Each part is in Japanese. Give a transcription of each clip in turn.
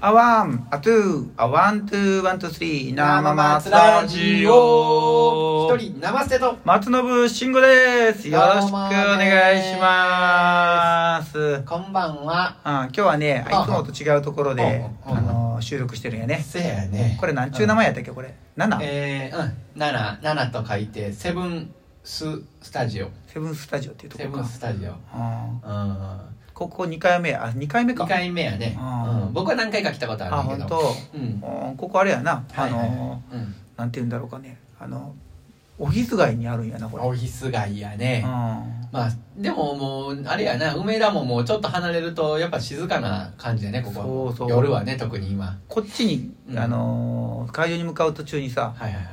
アワン、アトゥー、アワン、トゥー、ワン、トゥー、スリー、な生まま松つララジジオオ。一人生捨てと松信慎吾です。よろしくお願いします。こんばんはあ今日はね、いあつもと違うところで、あああの、収録してるんやね。せやねこれ何ちゅう名前やったっけ、これ。うん 7? えー、うん7 7と書いてセブンススタジオセブンスタジオっていうとセこブンか。スタジオあーうんここ2回目や。あ、2回目か。 2回目やね、あーうん、僕は何回か来たことああ、るん本だけど当。うんうんここあれやな。あはいはいはの、いうんなんて言うんだろうかね。あの、オフィス街にあるんやな、これ。オフィス街やね、うんまあでももうあれやな梅田ももうちょっと離れるとやっぱ静かな感じやねここそうそう夜はね特に今こっちに、うんあのー会場に向かう途中にさはいはいはい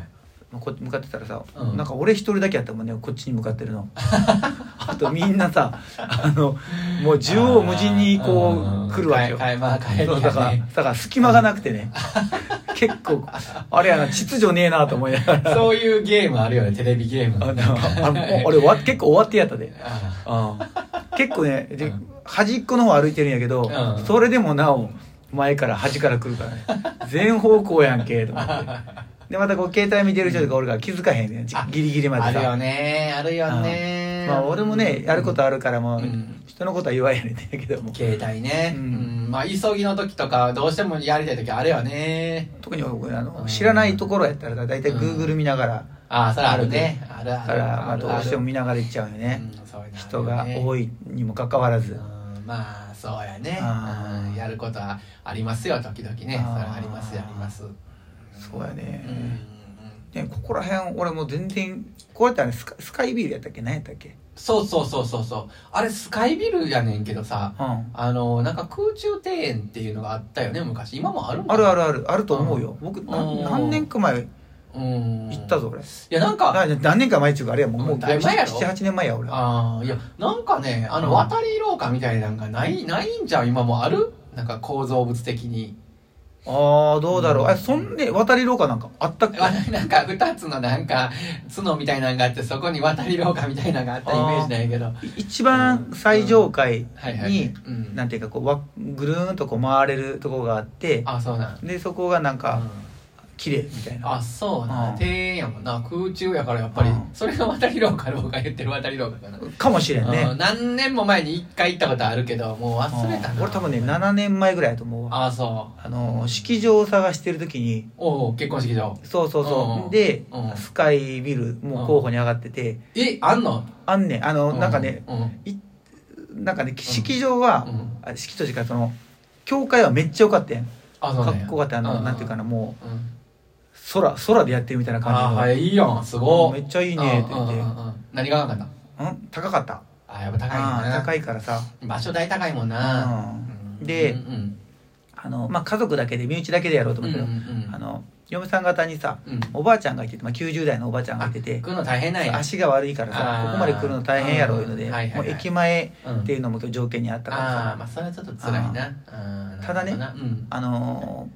こ向かってたらさ、うんなんか俺一人だけやったもんねこっちに向かってるの あとみんなさあのもう縦横無尽にこう来るわけよかえまあ帰りそうだかがらねだから隙間がなくて ね結構あれやな秩序ねえなと思いながらそういうゲームあるよねテレビゲームあののあの俺終わ結構終わってやったであうん結構ねでうん端っこの方歩いてるんやけど、うんそれでもなお前から端から来るからね全方向やんけと思 ってでまたこう携帯見てる人とか俺が気づかへんねんちあギリギリまあでるよさ、ねあるよねまあ、俺もねやることあるからもう、うん人のことは言わへんねんけども携帯ね、ううんんまあ急ぎの時とかどうしてもやりたい時あるよね特に僕あのうん知らないところやったら大体うん Google 見ながら、ああそれあるねあるあかるらまあどうしても見ながら行っちゃうよね、うんそういうのあ人るよがね多いにもかかわらず、うんまあそうやねあーうんやることはありますよ時々ねそれあーはありますよありますそうやね、うんうんね、ここら辺俺もう全然こうやったらねスカスカイビールやったっけ何やったっけそうそうそうそうそうあれスカイビルやねんけどさうんあのなんか空中庭園っていうのがあったよね昔今もあるんあるあるるあるあると思うよ僕なうん何年か前うん行ったぞ俺いやなんかあ何年か前っていうかあれやもんもううんだいぶ前やろ78年前や俺ああいやなんかねあうんの渡り廊下みたいなんかないないんじゃん今もあるなんか構造物的にああどうだろうあそんで渡り廊下なんかあったっけあなんか二つのなんか角みたいなのがあってそこに渡り廊下みたいなのがあったイメージなんやけど一番最上階はいはいにうんなんていうかこうわぐるーんとこう回れるとこがあってあそうなんでそこがなんうかん綺麗みたいなあそうなうん庭園やもんな空中やからやっぱりうんそれが渡り廊下廊下言ってる渡り廊下かなかもしれんうねん何年も前に一回行ったことあるけどもう忘れたうんな俺多分ね7年前ぐらいやと思うわああそうあの式場を探してる時におうおう結婚式場そうそうそう、うんで、うんスカイビルもう候補に上がってて、えあんのあんねんあの、うなんかねうんうんなんかね式場は、あ式というかその教会はめっちゃ良かったやんあそうかなんやっこよかったあの、んなんていうかなもううん空空でやってるみたいな感じあの、あはいいいやんすごめいっちゃいいねって言ってうんうんうんうん何が分かっうん高かったたあやっぱ高いあよーな高いからさ、場所代高いもんなうんで、うんうんあのまあ、家族だけで身内だけでやろうとうんう思んうけど、あの嫁さん方にさうんおばあちゃんがいてて、まあ、90代のおばあちゃんがいてて来るの大変なんや足が悪いからさあーここまで来るの大変やろいうので、うんはいはいはいもう駅前うんっていうのも条件にあったからさああまあそれはちょっと辛いなあーただねなるほどなうんあの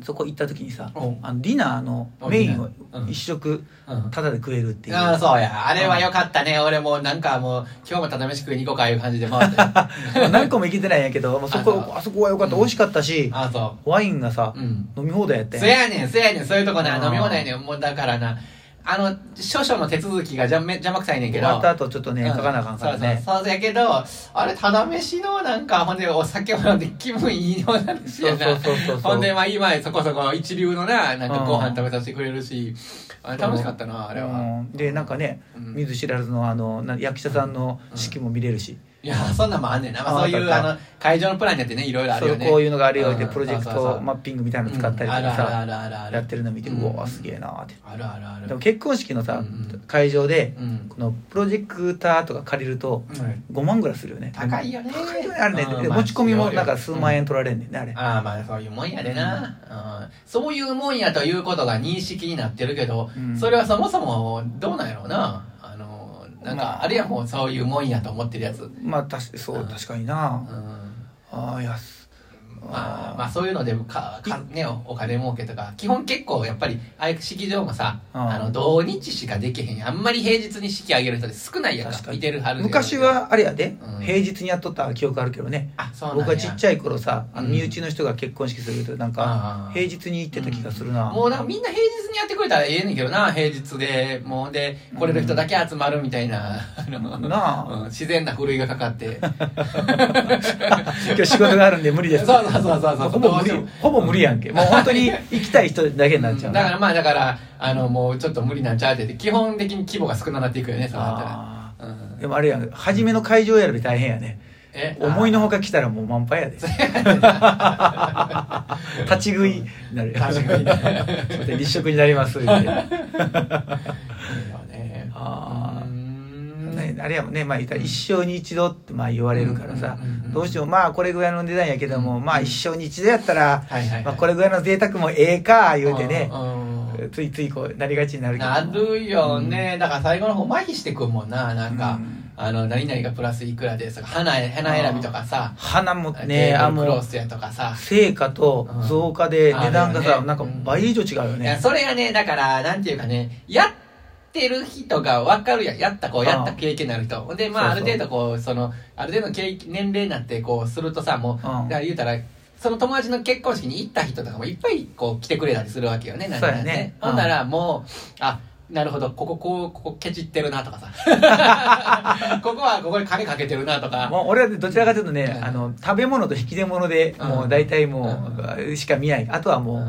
ーそこ行った時にさおうあのディナーのおメインをディナーうん一食うんタダで食えるっていう、ああそうやあれはよかったね俺もうなんかもう今日もただ飯食いに行こうかいう感じで回ってあ 何個も行けてないんやけど、まあ、そこあそうあそこは良かった、うん美味しかったしあそワインがさう、うん飲み放題やったそやんやねんそやねんそういうとこあなー飲み放題ねんもうだからなあの少々の手続きが邪魔邪魔くさいねんけ終どわった後ちょっとね、うん書かなあかんからねそうそうそうやけどあれただ飯のなんかほんでお酒も飲んで気分いいような話やなそうそうそうそうほんでまあ今そこそこ一流のななんかご飯食べさせてくれるしあれ楽しかったなあれはうんでなんかね、うん見ず知らずのあのな役者さんの式も見れるし、いやそんなんもあんねんな、まあ、あそういあっうたあったあの会場のプランによってねいろいろあるそようねこういうのがあるよっうてんプロジェクそうそうそトうマッピングみたいなの使ったりとかうんあるあさるあるあるやってるの見てうんうわすげえなーってあるあるあるでも結婚式のさ、うんうん会場で、うんこのプロジェクターとか借りると5万ぐらいするよね高いよね高いよねあれねうんでまあ持ち込みもなんか数必要よ万円取られんねんねあれああまあそういうもんやでな、うんそういうもんやということが認識になってるけど、うんそれはそもそもどうなんやろうなあのなんまあかあるやんもうそういうもんやと思ってるやつ、うん、まあ確かそう確かになまあーいやすあうんまあそういうのでかか、ね、おお金儲けとか基本結構やっぱりああいう式場もさ、うんあの土日しかできへんあんまり平日に式あげる人って少ないやんか確かに見てるはるで昔はあれやで、うん平日にやっとった記憶あるけどねあそうなんや僕はちっちゃい頃さあのうん身内の人が結婚式するとなんあかあ平日に行ってた気がするな、もうなんかみんな平日にやってくれたらええねんけどな平日でもうで来れる人だけ集まるみたいな、あの なあうん自然なふるいがかかって 今日仕事があるんで無理ですそうそうそうそうそうほぼ無理どうしてもほぼ無理やんけもう本当に 行きたい人だけになっちゃうな、だからまあだからあのもうちょっと無理なんちゃうって言って基本的に規模が少なくなっていくよねそうなったらあうんーでもあれやん初めの会場選び大変やねえ思いのほか来たらもう満杯や で立ち食いになるよ立ち食いすいません立食になり ます言ってあーね、あれやもんね、まあ、言ったら一生に一度ってまあ言われるからさ、うんうんうんうんどうしてもまあこれぐらいの値段やけども、うんまあ一生に一度やったら、はいはいはいまあ、これぐらいの贅沢もええか言うてね、ねついついこうなりがちになるけどなるよねだから最後の方麻痺してくもんななんか、うんあの何々がプラスいくらですとか花花選びとかさ花もねテーあブルクもロうスやとかさ成果と増加でうん値段があさ、るよねなんか倍以上違うよいやね、それがねだからなんていうかねやってる人が分かるやんやったこううんやった経験のある人ほんでまああそうるそう程度こうそのある程度の経験年齢になってこうするとさもう、うんだから言うたらその友達の結婚式に行った人とかもいっぱいこう来てくれたりするわけよねなんかそうやねうんほんならもうあなるほどこここうここケチってるなとかさ ここはここに金かけてるなとかもう俺はどちらかというとね、うんあの食べ物と引き出物でうんもう大体もう、しか見ないあとはもう、うん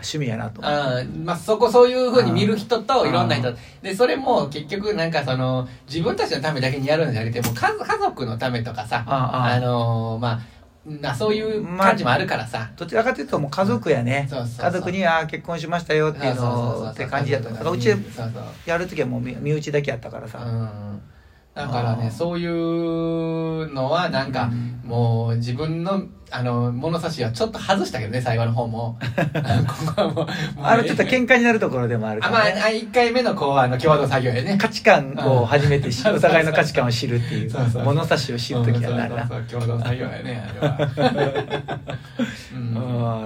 趣味やなと思ううんまあ、そこそういうふうに見る人うとんいろんなう人でそれも結局なんかその自分たちのためだけにやるんじゃなくてもう家家族のためとかさあああのーまあなそういう感じもあるからさ、どちらかというともう家族やね、そうそうそう家族に「あー結婚しましたよ」っていうそうそうそうそのうって感じやったからうちそうそうやる時はもう身身内だけやったからそううさ、んだからああねそういうのはなんか、うんもう自分のあの物差しはちょっと外したけどね最後の 方もここはもうもうあのちょっと喧嘩になるところでもあるかあまあら、ね、 1回目のこうあの共同作業やね価値観を初めて知 うるんお互いの価値観を知るっていそうそうそうう物差しを知る時はなるうんなそうそうそう共同作業やねあ れは、うんう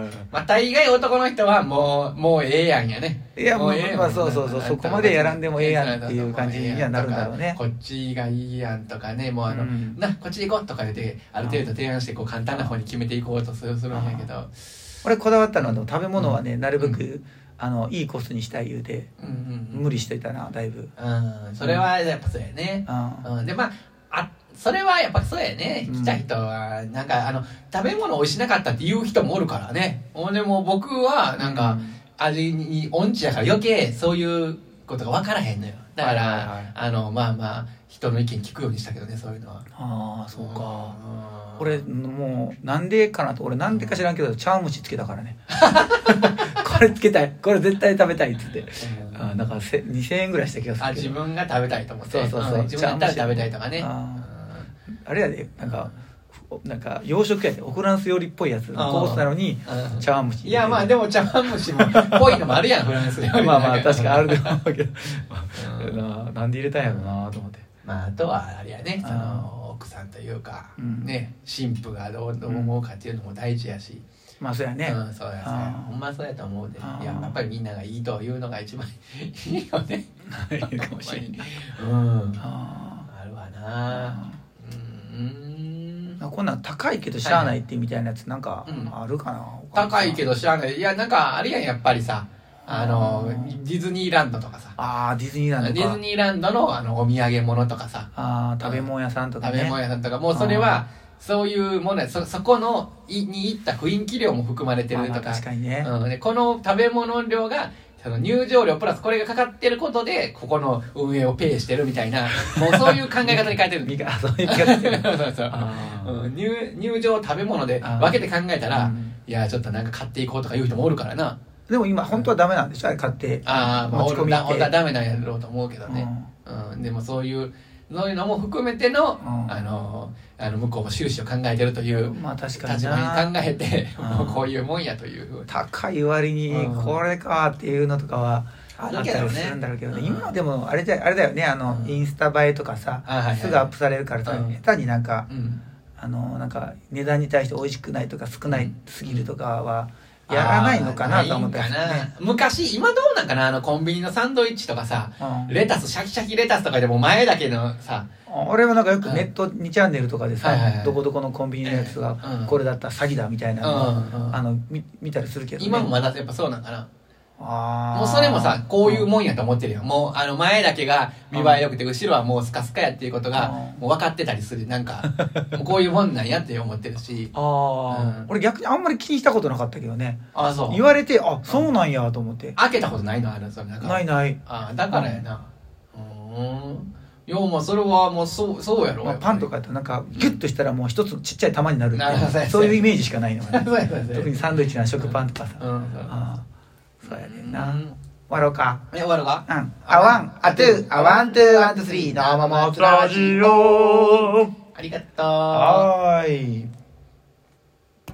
んまあ大概男の人はもうもうええやんやねいやもええやんまあそうそうそうそこまでやらんでもええやんっていう感じにはなるんだろうねこっちがいいやんとかねもうあの、うんなこっちで行こうとか言ってある程度提案してこう簡単な方に決めていこうとするするんやけど俺こだわったのはでも食べ物はねなるべく、あのいいコースにしたい言うてうんうんうん無理してたなだいぶ、うんそれはやっぱそうやね、うんうん、でまああそれはやっぱそうやねうん来た人はなんかあの食べ物美味しなかったって言う人もおるからねほんでもう僕はなんうかん味に音痴やから余計そういうことが分からへんのよだから、はいはいはいあのまあまあ人の意見聞くようにしたけどねそういうのはああそうか、うん俺もうなんでかなと俺なんでか知らんけど茶碗蒸しつけたから ねこれつけたいこれ絶対食べたいっつってうんあだからせ2000円ぐらいした気がすあるけ自ど分が食べたいと思ってそうそうそうん自分だったら食べたいとかねあうんあれやでなんかなんか洋食やでオクランス料理っぽいやつのあーコースなのにうん茶碗蒸しいやまあでも茶碗蒸しもぽいのもあるやんフランス料理の まあまあ中確かにあると思うけど、うんななんで入れたんやろうなと思ってまあ、あとはあれやねあーその奥さんというか、うんね新婦がどうどう思うかっていうのも大事やし、まあそうやね、うん、そうやそうあやーほんまそうやと思うでいあーややっぱりみんながいいというのが一番いいよねいいかもしれんうんああるわなうんーまあこんなん高いけどしゃあないってみたいなやつなんかあるかな、高いけどど知らないいやなんかあるやんやっぱりさあのあーディズニーランドとかさああディズニーランドデかィズニーランドのあのお土産物とかさああ食べ物屋さんとか食ねべ物屋さんとかもうそれはそういうものやそそこのいに行った雰囲気量も含まれてるとまかあまあ確かにね、うん、でこの食べ物量がその入場料プラスこれがかかってることでここの運営をペイしてるみた いなもうそういう考え方に変えてる味方そういう味方でそうそう あーうん入入場食べ物で分けて考えたら、うんいやちょっとなんか買っていこうとか言う人もおるからなでも今本当はダメなんでしょあれ買ってああまあ持ち込みだっ本当はてダメなんやろうと思うけどね、うん、でもそういうそういうのも含めての,、うんあのあの向こうも収支を考えてるといううんまあ確かに立場なに考えて、うんもうこういうもんやというふうに高い割にうんこれかっていうのとかはああるっけたどねりするんだろうけどねうん今でもあれじゃあれだよねあのうんインスタ映えとかさあはいはいすぐアップされるからさうん下手になんかうんああのなんか値段に対して美味しくないとか少ないすぎるとかはやらないのかなと思ったんですよあーないんねかな昔今どうなんかなあのコンビニのサンドイッチとかさうんレタスシャキシャキレタスとかでも前だけのさ俺はなんかよくネット2チャンネルとかではいはいはさいどこどこのコンビニのやつがうんこれだったら詐欺だみたいなのうんうんうんをあのみ見たりするけどね今もまだやっぱそうなんかなあーもうそれもさこういうもんやと思ってるよもうあの前だけが見栄え良くて後ろはもうスカスカやっていうことがうんもう分かってたりするなんかもうこういうもんなんやって思ってるしああ、うん俺逆にあんまり気にしたことなかったけどねあそ言われてあそうなんやと思って開けたことないのあるそれなんかないない、あだからやなうーんいやまあそれはもうそうそうやろ、まあ、パンとかやったらなんかギュッとしたらもう一つちっちゃい玉になるみたいなるほどなそういうイメージしかないの そがうねやそうやそうや特にサンドイッチな食パンとかさ、うんそうああそうやねんな、う終んわろうかえ終わるかうんあワンあトゥあワントゥワントゥスリーのままラジオありがとうはーい